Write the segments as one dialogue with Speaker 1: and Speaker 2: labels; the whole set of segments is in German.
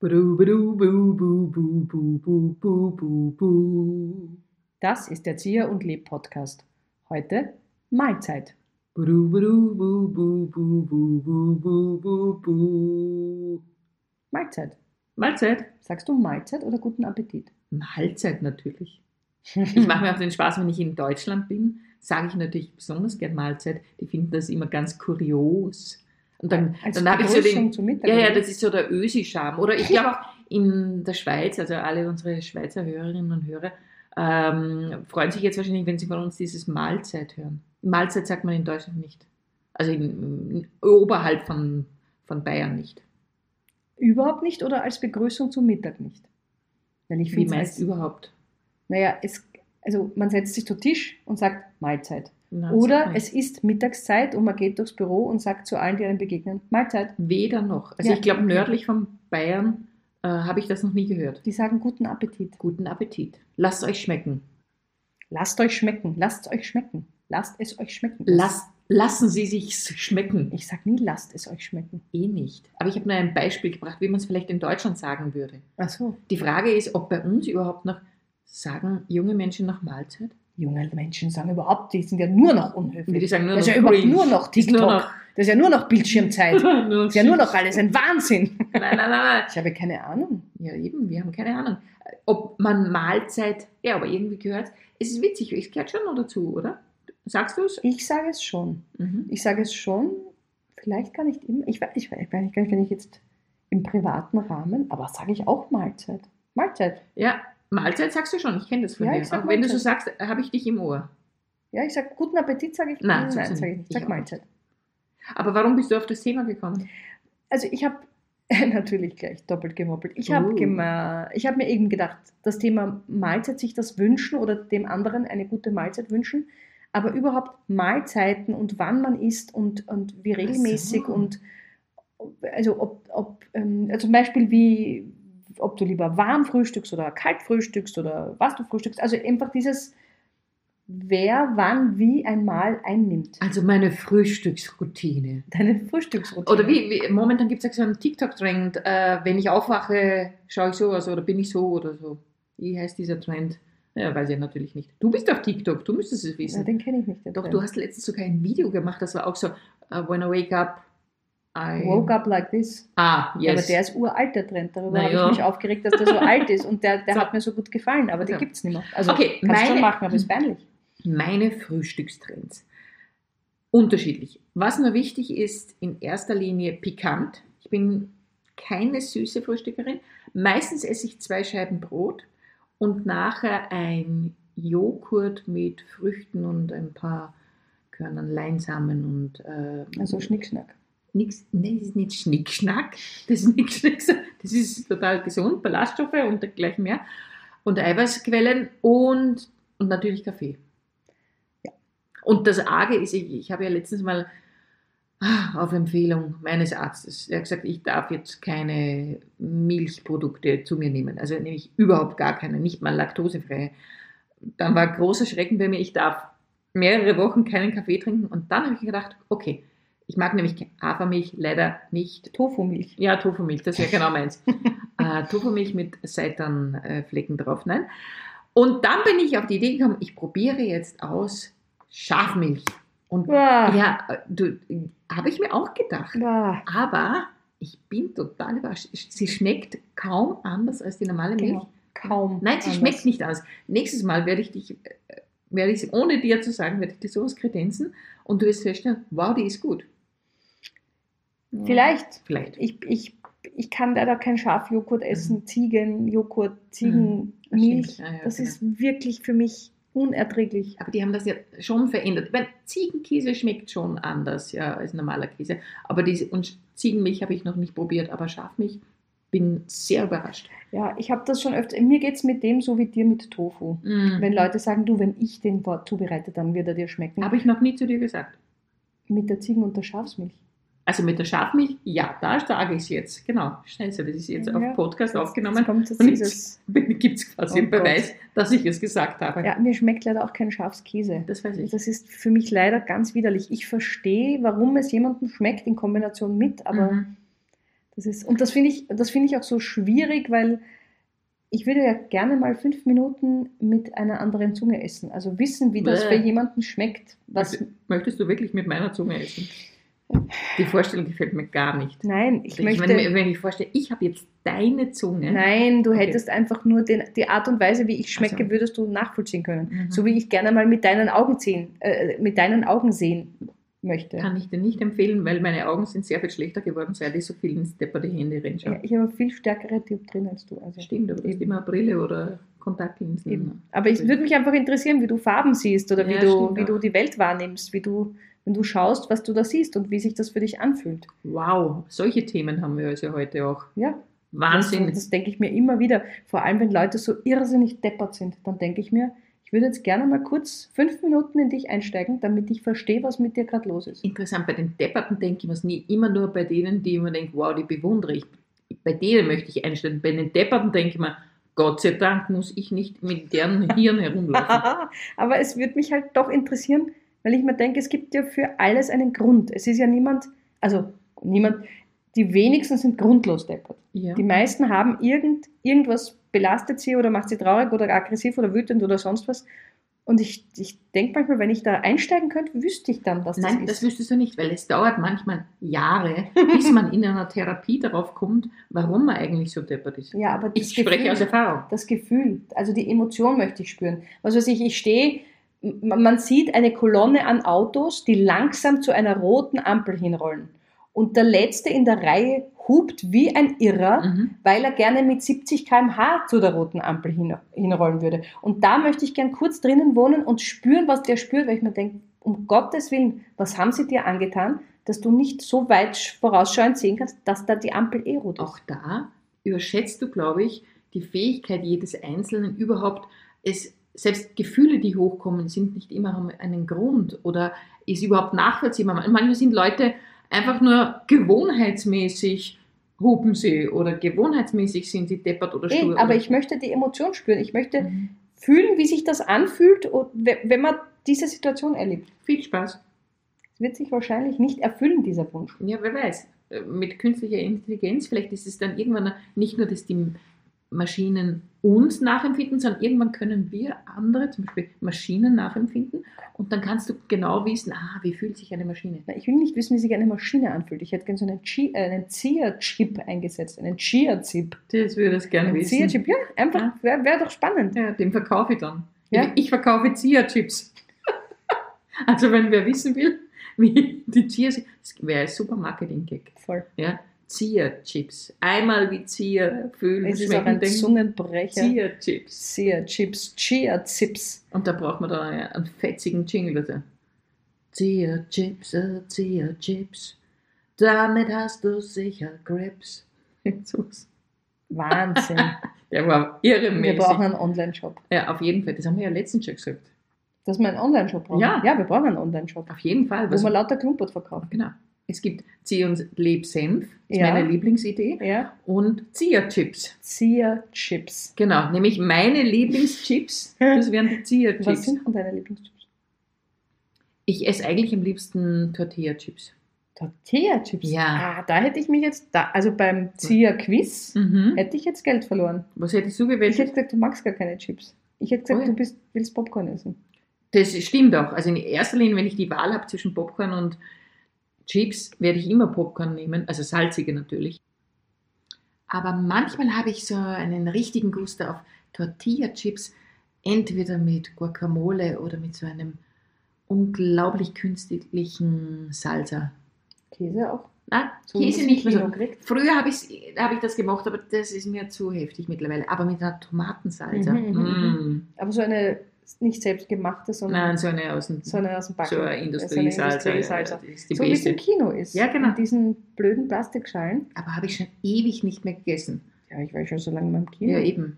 Speaker 1: Budu, budu, bu, bu, bu, bu, bu, bu, bu, bu.
Speaker 2: Das ist der Zieher und Leb Podcast. Heute Mahlzeit.
Speaker 1: Budu, budu, bu, bu, bu, bu, bu, bu, bu, bu.
Speaker 2: Mahlzeit.
Speaker 1: Mahlzeit.
Speaker 2: Sagst du Mahlzeit oder guten Appetit?
Speaker 1: Mahlzeit natürlich. Ich mache mir auch den Spaß, wenn ich in Deutschland bin, sage ich natürlich besonders gern Mahlzeit. Die finden das immer ganz kurios. Und dann,
Speaker 2: Als
Speaker 1: dann habe ich so den.
Speaker 2: Begrüßung zum Mittag.
Speaker 1: Ja, ja, das ist so der Ösi-Charme. Oder ich glaube auch in der Schweiz, also alle unsere Schweizer Hörerinnen und Hörer, ähm, freuen sich jetzt wahrscheinlich, wenn sie von uns dieses Mahlzeit hören. Mahlzeit sagt man in Deutschland nicht. Also in, in, oberhalb von, von Bayern nicht.
Speaker 2: Überhaupt nicht oder als Begrüßung zum Mittag nicht? Weil ich
Speaker 1: Wie
Speaker 2: finde
Speaker 1: meinst
Speaker 2: es.
Speaker 1: du überhaupt?
Speaker 2: Naja, es, also man setzt sich zu Tisch und sagt Mahlzeit.
Speaker 1: Nein, sagt
Speaker 2: Oder
Speaker 1: man
Speaker 2: es ist Mittagszeit und man geht durchs Büro und sagt zu allen, die einem begegnen, Mahlzeit.
Speaker 1: Weder noch. Also
Speaker 2: Ja.
Speaker 1: ich glaube, nördlich von Bayern äh, habe ich das noch nie gehört.
Speaker 2: Die sagen guten Appetit.
Speaker 1: Guten Appetit. Lasst euch schmecken.
Speaker 2: Lasst euch schmecken, lasst euch schmecken, lasst es euch schmecken.
Speaker 1: Lasst, lassen Sie sich's schmecken.
Speaker 2: Ich sag nie, lasst es euch schmecken.
Speaker 1: Eh nicht. Aber ich habe nur ein Beispiel gebracht, wie man es vielleicht in Deutschland sagen würde.
Speaker 2: Ach so.
Speaker 1: Die Frage ist, ob bei uns überhaupt noch sagen junge Menschen noch Mahlzeit?
Speaker 2: Junge Menschen sagen überhaupt, die sind ja nur noch
Speaker 1: Und die
Speaker 2: unhöflich.
Speaker 1: sagen nur
Speaker 2: Das
Speaker 1: noch
Speaker 2: ist ja überhaupt
Speaker 1: cringe.
Speaker 2: nur noch
Speaker 1: Ist nur
Speaker 2: TikTok. Das ist ja nur noch Bildschirmzeit. Das
Speaker 1: noch- nur noch
Speaker 2: ist ja nur noch alles ein Wahnsinn.
Speaker 1: Nein, nein, nein, nein.
Speaker 2: Ich habe keine Ahnung.
Speaker 1: Ja, eben, wir haben keine Ahnung. Ob man Mahlzeit, ja, aber irgendwie gehört es. ist witzig, es gehört schon noch dazu, oder? Sagst du es?
Speaker 2: Ich sage es schon.
Speaker 1: Mhm.
Speaker 2: Ich sage es schon. Vielleicht gar nicht immer. Ich weiß, ich weiß, ich weiß gar nicht, wenn ich jetzt im privaten Rahmen, aber sage ich auch Mahlzeit. Mahlzeit.
Speaker 1: Ja, Mahlzeit sagst du schon, ich kenne das von
Speaker 2: Ja,
Speaker 1: dir.
Speaker 2: ich sag
Speaker 1: Auch wenn du so
Speaker 2: Mahlzeit.
Speaker 1: sagst, habe ich dich im Ohr.
Speaker 2: Ja, ich sage guten Appetit, sage ich.
Speaker 1: Nein, sagst
Speaker 2: nein
Speaker 1: du
Speaker 2: sage ich
Speaker 1: nicht.
Speaker 2: nicht. Ich
Speaker 1: Ich
Speaker 2: sage
Speaker 1: auch nicht.
Speaker 2: Mahlzeit.
Speaker 1: Aber warum bist du auf das Thema gekommen?
Speaker 2: Also ich habe natürlich gleich doppelt gemoppelt. Ich habe
Speaker 1: Uh.
Speaker 2: gema- ich habe mir eben gedacht, das Thema Mahlzeit, sich das wünschen oder dem anderen eine gute Mahlzeit wünschen, aber überhaupt Mahlzeiten und wann man isst und, und wie regelmäßig
Speaker 1: so.
Speaker 2: und also ob, ob ähm, also zum Beispiel wie ob du lieber warm frühstückst oder kalt frühstückst oder was du frühstückst. Also einfach dieses, wer wann wie einmal einnimmt.
Speaker 1: Also meine Frühstücksroutine.
Speaker 2: Deine Frühstücksroutine.
Speaker 1: Oder wie, wie momentan gibt es ja so einen TikTok-Trend, äh, wenn ich aufwache, schaue ich so aus oder bin ich so oder so. Wie heißt dieser Trend? Ja, weiß ich natürlich nicht. Du bist auf TikTok, du müsstest es
Speaker 2: Ja,
Speaker 1: wissen.
Speaker 2: den kenne ich nicht. den
Speaker 1: Doch,
Speaker 2: Trend.
Speaker 1: du hast letztens sogar ein Video gemacht, das war auch so, uh, when I wake up, I...
Speaker 2: Woke up like this.
Speaker 1: Ah, yes.
Speaker 2: Ja, Aber der ist uralt, der Trend. Darüber
Speaker 1: Na
Speaker 2: habe
Speaker 1: ja.
Speaker 2: ich mich aufgeregt, dass der so alt ist und der, der
Speaker 1: So.
Speaker 2: hat mir so gut gefallen, aber den
Speaker 1: So.
Speaker 2: gibt es nicht mehr. Also
Speaker 1: Okay,
Speaker 2: kannst
Speaker 1: meine-
Speaker 2: schon machen, aber ist peinlich.
Speaker 1: meine Frühstückstrends. Unterschiedlich. Was mir wichtig ist, in erster Linie pikant. Ich bin keine süße Frühstückerin. Meistens esse ich zwei Scheiben Brot und nachher ein Joghurt mit Früchten und ein paar Körnern Leinsamen und äh,
Speaker 2: Also Schnickschnack.
Speaker 1: nix, nee, das ist nicht Schnickschnack, das ist nicht Schnickschnack, das ist total gesund, Ballaststoffe und dergleichen mehr und Eiweißquellen und, und natürlich Kaffee.
Speaker 2: Ja.
Speaker 1: Und das Arge ist, ich, ich habe ja letztens mal ah, auf Empfehlung meines Arztes, der hat gesagt, ich darf jetzt keine Milchprodukte zu mir nehmen, also nehme ich überhaupt gar keine, nicht mal laktosefreie. Dann war großer Schrecken bei mir, ich darf mehrere Wochen keinen Kaffee trinken und dann habe ich gedacht, okay, ich mag nämlich keine Hafermilch leider nicht.
Speaker 2: Tofumilch.
Speaker 1: Ja, Tofumilch, das wäre genau meins. äh, Tofumilch mit Seitanflecken drauf, nein. Und dann bin ich auf die Idee gekommen, ich probiere jetzt aus Schafmilch. Und
Speaker 2: Wow.
Speaker 1: ja, äh, du, habe ich mir auch gedacht.
Speaker 2: Wow.
Speaker 1: Aber ich bin total überrascht. Sie schmeckt kaum anders als die normale Milch.
Speaker 2: Genau. Kaum.
Speaker 1: Nein, sie
Speaker 2: anders.
Speaker 1: schmeckt nicht anders. Nächstes Mal werde ich dich, äh, werde ich, ohne dir zu sagen, werde ich dir sowas kredenzen und du wirst feststellen, wow, die ist gut. Ja,
Speaker 2: Vielleicht.
Speaker 1: Vielleicht.
Speaker 2: Ich, ich, ich kann leider kein Schafjoghurt essen, Ziegenjoghurt,
Speaker 1: Das
Speaker 2: Ziegenmilch.
Speaker 1: Mhm. stimmt. Ah, ja,
Speaker 2: Das
Speaker 1: genau.
Speaker 2: ist wirklich für mich unerträglich.
Speaker 1: Aber die haben das ja schon verändert. Weil Ziegenkäse schmeckt schon anders ja, als normaler Käse. Aber diese, und Ziegenmilch habe ich noch nicht probiert, aber Schafmilch bin sehr überrascht.
Speaker 2: Ja, ich habe das schon öfter. Mir geht es mit dem so wie dir mit Tofu.
Speaker 1: Mhm. Mm.
Speaker 2: Wenn Leute sagen, du, wenn ich den Wort zubereite, dann wird er dir schmecken.
Speaker 1: Habe ich noch nie zu dir gesagt.
Speaker 2: Mit der Ziegen- und der Schafsmilch.
Speaker 1: Also mit der Schafmilch, ja, da sage ich es jetzt. Genau. Scheiße, das ist jetzt
Speaker 2: Ja.
Speaker 1: auf Podcast
Speaker 2: Jetzt
Speaker 1: aufgenommen.
Speaker 2: kommt jetzt
Speaker 1: Und
Speaker 2: dieses,
Speaker 1: gibt es quasi
Speaker 2: Oh
Speaker 1: einen Beweis, dass ich es gesagt habe.
Speaker 2: ja, mir schmeckt leider auch kein Schafskäse.
Speaker 1: Das weiß ich.
Speaker 2: Das ist für mich leider ganz widerlich. Ich verstehe, warum es jemandem schmeckt in Kombination mit, aber
Speaker 1: Mhm.
Speaker 2: Das ist, und das finde ich, das finde ich auch so schwierig, weil ich würde ja gerne mal fünf Minuten mit einer anderen Zunge essen. Also wissen, wie das
Speaker 1: Bäh. Also,
Speaker 2: bei jemandem schmeckt. Was,
Speaker 1: Möchtest- Möchtest du wirklich mit meiner Zunge essen? Die Vorstellung gefällt mir gar nicht.
Speaker 2: nein, ich möchte.
Speaker 1: wenn, wenn ich vorstelle, ich habe jetzt deine Zunge.
Speaker 2: Nein, du
Speaker 1: Okay.
Speaker 2: hättest einfach nur den, die Art und Weise, wie ich schmecke,
Speaker 1: so.
Speaker 2: würdest du nachvollziehen können.
Speaker 1: Mhm.
Speaker 2: So wie ich gerne mal mit deinen Augen sehen, äh, mit deinen Augen sehen möchte.
Speaker 1: Kann ich dir nicht empfehlen, weil meine Augen sind sehr viel schlechter geworden, seit ich so viel ins depperte Handy reinschaue.
Speaker 2: Ja, ich habe viel stärkere Dioptrien als du. Also.
Speaker 1: Stimmt, aber du hast immer eine Brille oder Kontaktlinsen.
Speaker 2: Eben. Aber ich würde mich einfach interessieren, wie du Farben siehst oder wie,
Speaker 1: Ja,
Speaker 2: du,
Speaker 1: stimmt
Speaker 2: wie
Speaker 1: auch.
Speaker 2: du die Welt wahrnimmst, wie du, wenn du schaust, was du da siehst und wie sich das für dich anfühlt.
Speaker 1: Wow, solche Themen haben wir also heute auch.
Speaker 2: Ja,
Speaker 1: Wahnsinn.
Speaker 2: Das, das denke ich mir immer wieder. Vor allem, wenn Leute so irrsinnig deppert sind, dann denke ich mir, ich würde jetzt gerne mal kurz fünf Minuten in dich einsteigen, damit ich verstehe, was mit dir gerade los ist.
Speaker 1: Interessant, bei den Depperten denke ich mir es nie, immer nur bei denen, die immer denken, wow, die bewundere ich. Bei denen möchte ich einstellen. Bei den Depperten denke ich mir, Gott sei Dank muss ich nicht mit deren Hirn herumlaufen.
Speaker 2: Aber es wird mich halt doch interessieren, weil ich mir denke, es gibt ja für alles einen Grund. Es ist ja niemand, also niemand, die wenigsten sind grundlos deppert.
Speaker 1: Ja.
Speaker 2: Die meisten haben irgend, irgendwas belastet sie oder macht sie traurig oder aggressiv oder wütend oder sonst was. Und ich, ich denke manchmal, wenn ich da einsteigen könnte, wüsste ich dann, was
Speaker 1: Nein, das
Speaker 2: das ist.
Speaker 1: wüsstest du nicht, weil es dauert manchmal Jahre, bis man in einer Therapie darauf kommt, warum man eigentlich so deppert ist.
Speaker 2: ja, aber das
Speaker 1: Ich spreche aus Erfahrung.
Speaker 2: das Gefühl, also die Emotion möchte ich spüren. Was weiß ich, ich stehe, m- man sieht eine Kolonne an Autos, die langsam zu einer roten Ampel hinrollen. Und der Letzte in der Reihe hupt wie ein Irrer,
Speaker 1: Mhm.
Speaker 2: weil er gerne mit 70 km/h zu der roten Ampel hin, hinrollen würde. Und da möchte ich gern kurz drinnen wohnen und spüren, was der spürt, weil ich mir denke, um Gottes Willen, was haben sie dir angetan, dass du nicht so weit sch- vorausschauend sehen kannst, dass da die Ampel eh rot ist.
Speaker 1: Auch da überschätzt du, glaube ich, die Fähigkeit jedes Einzelnen überhaupt, es, selbst Gefühle, die hochkommen, sind nicht immer haben einen Grund oder ist überhaupt nachvollziehbar. Manchmal sind Leute einfach nur gewohnheitsmäßig hupen sie oder gewohnheitsmäßig sind sie deppert oder
Speaker 2: Eh,
Speaker 1: stur.
Speaker 2: aber
Speaker 1: oder-
Speaker 2: ich möchte die Emotion spüren. Ich möchte
Speaker 1: Mhm.
Speaker 2: fühlen, wie sich das anfühlt, und we- wenn man diese Situation erlebt.
Speaker 1: Viel Spaß.
Speaker 2: Es wird sich wahrscheinlich nicht erfüllen, dieser Wunsch.
Speaker 1: Ja, wer weiß. Äh, Mit künstlicher Intelligenz, vielleicht ist es dann irgendwann nicht nur, dass die Maschinen uns nachempfinden, sondern irgendwann können wir andere, zum Beispiel Maschinen, nachempfinden. Und dann kannst du genau wissen, ah, wie fühlt sich eine Maschine.
Speaker 2: Na, Ich will nicht wissen, wie sich eine Maschine anfühlt. Ich hätte gerne so einen, Chi- äh, einen Chia-Chip eingesetzt, einen Chia-Chip.
Speaker 1: Das würde ich gerne
Speaker 2: Ein
Speaker 1: wissen.
Speaker 2: Zierchip, ja, einfach, wäre wär doch spannend.
Speaker 1: Ja, den verkaufe ich dann.
Speaker 2: Ja.
Speaker 1: Ich verkaufe Chia-Chips. also, wenn wer wissen will, wie die Chia sind, das wäre ein super Marketing-Gag.
Speaker 2: Voll.
Speaker 1: Ja? Chia-Chips. Einmal wie Chia fühlen,
Speaker 2: Es ist auch ein
Speaker 1: denken.
Speaker 2: Zungenbrecher.
Speaker 1: Chia-Chips.
Speaker 2: Chia-Chips, Chia-Zips.
Speaker 1: Und da braucht man dann einen fetzigen Jingle dazu. Zieher Chips, äh, zieher Chips, damit hast du sicher Grips. Jesus.
Speaker 2: Wahnsinn.
Speaker 1: Der war
Speaker 2: wir
Speaker 1: irremäßig.
Speaker 2: brauchen einen Online-Shop.
Speaker 1: ja, auf jeden Fall, das haben wir ja letztens schon gesagt.
Speaker 2: Dass wir einen Online-Shop brauchen.
Speaker 1: Ja.
Speaker 2: ja, wir brauchen einen Online-Shop.
Speaker 1: Auf jeden Fall.
Speaker 2: Wo
Speaker 1: Was,
Speaker 2: wir lauter Klumpert verkaufen.
Speaker 1: genau. Es gibt Zieh und Leb Senf, ist
Speaker 2: Ja.
Speaker 1: meine Lieblingsidee,
Speaker 2: Ja.
Speaker 1: und Zieher Chips.
Speaker 2: Chia-Chips.
Speaker 1: Genau, nämlich meine Lieblingschips, das wären die Zieher
Speaker 2: Was
Speaker 1: Chips.
Speaker 2: sind denn deine Lieblingschips?
Speaker 1: Ich esse eigentlich am liebsten Tortilla Chips.
Speaker 2: Tortilla-Chips.
Speaker 1: Ja.
Speaker 2: Ah, da hätte ich mich jetzt, da, also beim Chia-Quiz,
Speaker 1: Mhm.
Speaker 2: hätte ich jetzt Geld verloren.
Speaker 1: Was hättest du
Speaker 2: Ich
Speaker 1: gewählt?
Speaker 2: hätte gesagt, du magst gar keine Chips. Ich hätte gesagt,
Speaker 1: Oh ja.
Speaker 2: du bist, willst Popcorn essen.
Speaker 1: Das stimmt auch. Also in erster Linie, wenn ich die Wahl habe zwischen Popcorn und Chips, werde ich immer Popcorn nehmen, also salzige natürlich. Aber manchmal habe ich so einen richtigen Guster auf Tortilla-Chips, entweder mit Guacamole oder mit so einem unglaublich künstlichen Salsa.
Speaker 2: Käse auch.
Speaker 1: Na,
Speaker 2: So
Speaker 1: Käse
Speaker 2: ein
Speaker 1: nicht mehr
Speaker 2: Kilo
Speaker 1: so.
Speaker 2: kriegt.
Speaker 1: Früher habe ich's- habe ich das gemacht, aber das ist mir zu heftig mittlerweile. Aber mit einer Tomatensalsa.
Speaker 2: Mhm, mhm,
Speaker 1: Mm.
Speaker 2: Aber so eine nicht selbstgemachte, sondern
Speaker 1: Nein, so eine aus dem
Speaker 2: so eine aus dem Backen.
Speaker 1: So also eine Industriesalze.
Speaker 2: Industriesalze.
Speaker 1: ja, das ist die
Speaker 2: so wie es
Speaker 1: beste.
Speaker 2: im Kino ist.
Speaker 1: Ja, genau.
Speaker 2: Mit diesen blöden Plastikschalen.
Speaker 1: Aber habe ich schon ewig nicht mehr gegessen.
Speaker 2: Ja, ich war ja schon so lange beim Kino.
Speaker 1: Ja, eben.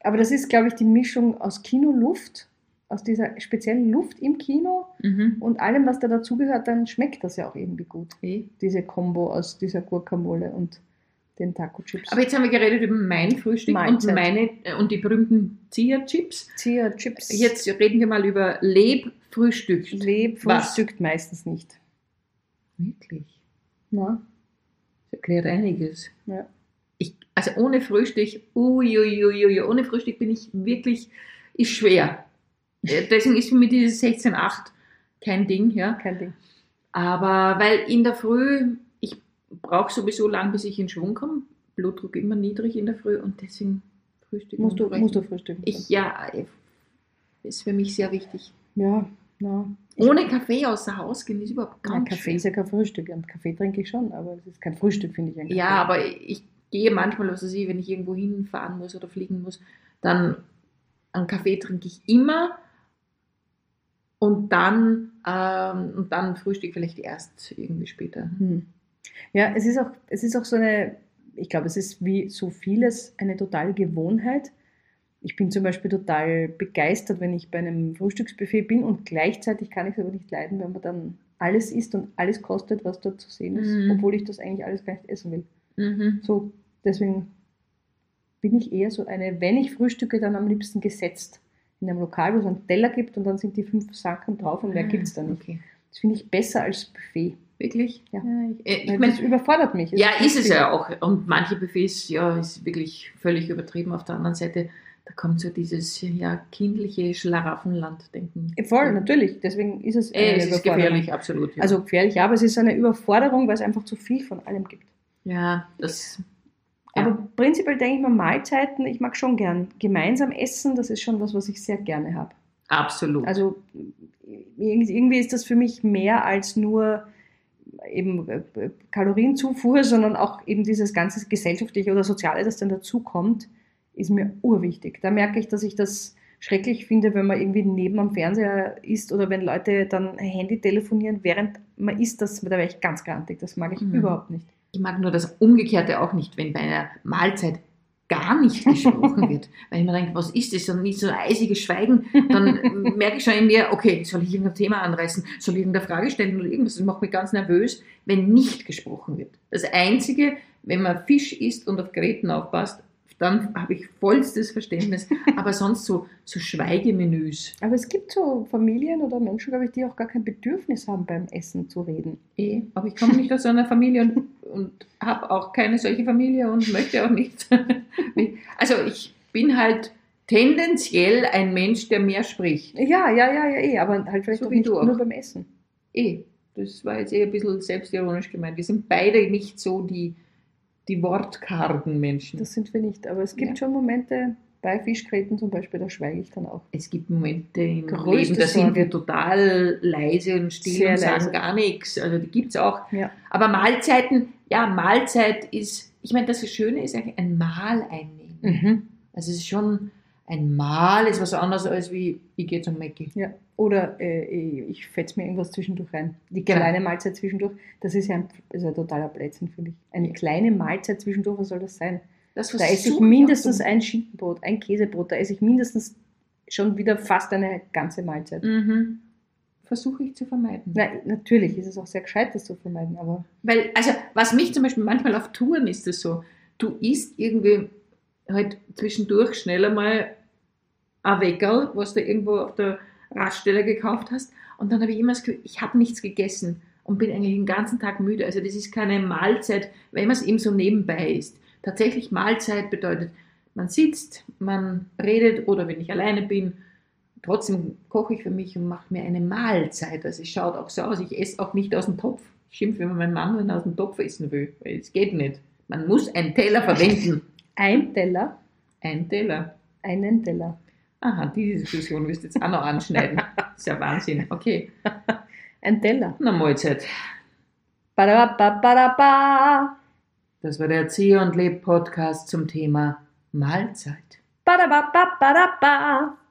Speaker 2: Aber das ist, glaube ich, die Mischung aus Kinoluft, aus dieser speziellen Luft im Kino
Speaker 1: Mhm.
Speaker 2: und allem, was da dazugehört, dann schmeckt das ja auch irgendwie gut.
Speaker 1: Eh.
Speaker 2: Diese Kombo aus dieser Guacamole und den Taco-Chips.
Speaker 1: Aber jetzt haben wir geredet über mein Frühstück und,
Speaker 2: Mahlzeit.
Speaker 1: meine, äh, und die berühmten Zia-Chips.
Speaker 2: Chia-Chips.
Speaker 1: Jetzt reden wir mal über Lebfrühstück.
Speaker 2: Leb
Speaker 1: Was?
Speaker 2: frühstückt meistens nicht.
Speaker 1: Wirklich?
Speaker 2: Na?
Speaker 1: erklärt einiges.
Speaker 2: Ja.
Speaker 1: Ich, also ohne Frühstück, uiuiuiui, ohne Frühstück bin ich wirklich, ist schwer. Äh, Deswegen ist für mich dieses 16,8 kein Ding, ja.
Speaker 2: Kein Ding.
Speaker 1: Aber weil in der Früh, ich brauche sowieso lang, bis ich in Schwung komme. Blutdruck immer niedrig in der Früh und deswegen Frühstück.
Speaker 2: Musst du,
Speaker 1: und
Speaker 2: musst du frühstücken.
Speaker 1: Ich, ja, äh, ist für mich sehr wichtig.
Speaker 2: Ja, na.
Speaker 1: Ohne Kaffee außer Haus gehen ist überhaupt gar
Speaker 2: Ja,
Speaker 1: nicht.
Speaker 2: Kaffee ist ja kein Frühstück. Einen Kaffee trinke ich schon, aber es ist kein Frühstück, finde ich. ein Kaffee.
Speaker 1: Ja, aber ich gehe manchmal, was weiß ich, wenn ich irgendwo hinfahren muss oder fliegen muss, dann einen Kaffee trinke ich immer und dann, ähm, und dann Frühstück vielleicht erst irgendwie später.
Speaker 2: Hm. Ja, es ist auch, es ist auch so eine, ich glaube, es ist wie so vieles eine totale Gewohnheit. Ich bin zum Beispiel total begeistert, wenn ich bei einem Frühstücksbuffet bin und gleichzeitig kann ich es aber nicht leiden, wenn man dann alles isst und alles kostet, was dort zu sehen ist,
Speaker 1: Mhm.
Speaker 2: obwohl ich das eigentlich alles gar nicht essen will. So, deswegen bin ich eher so eine, wenn ich frühstücke, dann am liebsten gesetzt. In einem Lokal, wo es einen Teller gibt und dann sind die fünf Sachen drauf und mehr
Speaker 1: Ah.
Speaker 2: gibt es da nicht.
Speaker 1: Okay.
Speaker 2: Das finde ich besser als Buffet.
Speaker 1: Wirklich?
Speaker 2: Ja.
Speaker 1: ich äh, ich
Speaker 2: Weil
Speaker 1: meine,
Speaker 2: das überfordert mich.
Speaker 1: Ja, ist es
Speaker 2: viel.
Speaker 1: ja auch. Und manche Buffets, ja, ist wirklich völlig übertrieben. Auf der anderen Seite, da kommt so dieses ja, kindliche Schlaraffenland-Denken.
Speaker 2: Voll, natürlich. Deswegen ist es,
Speaker 1: Äh,
Speaker 2: eine
Speaker 1: es ist
Speaker 2: Überforderung.
Speaker 1: gefährlich, absolut. Ja.
Speaker 2: Also gefährlich, ja, aber es ist eine Überforderung, weil es einfach zu viel von allem gibt.
Speaker 1: ja, das Ja.
Speaker 2: Aber prinzipiell denke ich mir, Mahlzeiten, ich mag schon gern gemeinsam essen, das ist schon was, was ich sehr gerne habe.
Speaker 1: absolut.
Speaker 2: Also irg- irgendwie ist das für mich mehr als nur eben äh, äh, Kalorienzufuhr, sondern auch eben dieses ganze gesellschaftliche oder soziale, das dann dazukommt, ist mir urwichtig. Da merke ich, dass ich das schrecklich finde, wenn man irgendwie neben am Fernseher isst oder wenn Leute dann Handy telefonieren, während man isst, das, da wäre ich ganz grantig. Das mag ich
Speaker 1: Mhm.
Speaker 2: überhaupt nicht.
Speaker 1: ich mag nur das Umgekehrte auch nicht, wenn bei einer Mahlzeit gar nicht gesprochen wird. Weil ich mir denke, was ist das? Und nicht so ein eisiges Schweigen, dann merke ich schon in mir, okay, soll ich irgendein Thema anreißen, soll ich irgendeine Frage stellen oder irgendwas? Das macht mich ganz nervös, wenn nicht gesprochen wird. Das Einzige, wenn man Fisch isst und auf Gräten aufpasst, dann habe ich vollstes Verständnis. Aber sonst so, so Schweigemenüs.
Speaker 2: Aber es gibt so Familien oder Menschen, glaube ich, die auch gar kein Bedürfnis haben, beim Essen zu reden.
Speaker 1: Eh, aber ich komme nicht aus so einer Familie und, und habe auch keine solche Familie und möchte auch nicht. Also ich bin halt tendenziell ein Mensch, der mehr spricht.
Speaker 2: Ja, ja, ja, ja, eh, aber halt vielleicht
Speaker 1: So
Speaker 2: auch
Speaker 1: wie
Speaker 2: nicht
Speaker 1: du auch.
Speaker 2: nur beim Essen.
Speaker 1: Eh, das war jetzt eh ein bisschen selbstironisch gemeint. Wir sind beide nicht so die, die wortkargen Menschen.
Speaker 2: Das sind wir nicht. Aber es gibt
Speaker 1: Ja.
Speaker 2: schon Momente, bei Fischgräten zum Beispiel, da schweige ich dann auch.
Speaker 1: es gibt Momente im
Speaker 2: Größte
Speaker 1: Leben, da sind
Speaker 2: Sorge.
Speaker 1: wir total leise und still
Speaker 2: Sehr
Speaker 1: und sagen
Speaker 2: leise.
Speaker 1: gar nichts. Also die gibt es auch.
Speaker 2: Ja.
Speaker 1: Aber Mahlzeiten, ja, Mahlzeit ist, ich meine, das Schöne ist eigentlich ein Mahl einnehmen.
Speaker 2: Mhm.
Speaker 1: Also es ist schon ein Mal, ist was anderes als wie, ich gehe zum Mäcki.
Speaker 2: Ja. Oder äh, ich fetze mir irgendwas zwischendurch rein. Die
Speaker 1: Genau.
Speaker 2: kleine Mahlzeit zwischendurch, das ist ja ein, ist ein totaler Blödsinn für mich. Eine kleine Mahlzeit zwischendurch, was soll das sein?
Speaker 1: Das
Speaker 2: Da esse ich
Speaker 1: versuche
Speaker 2: mindestens
Speaker 1: auch
Speaker 2: ein Schinkenbrot, ein Käsebrot, da esse ich mindestens schon wieder fast eine ganze Mahlzeit.
Speaker 1: zu- Mhm. Versuche ich zu vermeiden.
Speaker 2: Na, natürlich ist es auch sehr gescheit, das zu vermeiden, aber
Speaker 1: Weil, also, was mich zum Beispiel manchmal auf Touren ist es so, du isst irgendwie halt zwischendurch schnell einmal ein Weckerl, was du irgendwo auf der Raststelle gekauft hast. Und dann habe ich immer das Gefühl, ich habe nichts gegessen und bin eigentlich den ganzen Tag müde. Also das ist keine Mahlzeit, wenn man es eben so nebenbei isst. Tatsächlich Mahlzeit bedeutet, man sitzt, man redet oder wenn ich alleine bin, trotzdem koche ich für mich und mache mir eine Mahlzeit. Also es schaut auch so aus. Ich esse auch nicht aus dem Topf. Ich schimpfe immer meinen Mann, wenn er aus dem Topf essen will. Weil es geht nicht. Man muss einen Teller verwenden.
Speaker 2: ein Teller,
Speaker 1: Ein Teller.
Speaker 2: einen Teller.
Speaker 1: Aha, diese Diskussion wirst du jetzt auch noch anschneiden. ist ja Wahnsinn. Okay,
Speaker 2: Ein Teller.
Speaker 1: na Mahlzeit.
Speaker 2: Badababababa.
Speaker 1: Das war der Erzieher und Leb Podcast zum Thema Mahlzeit.
Speaker 2: Badababababa.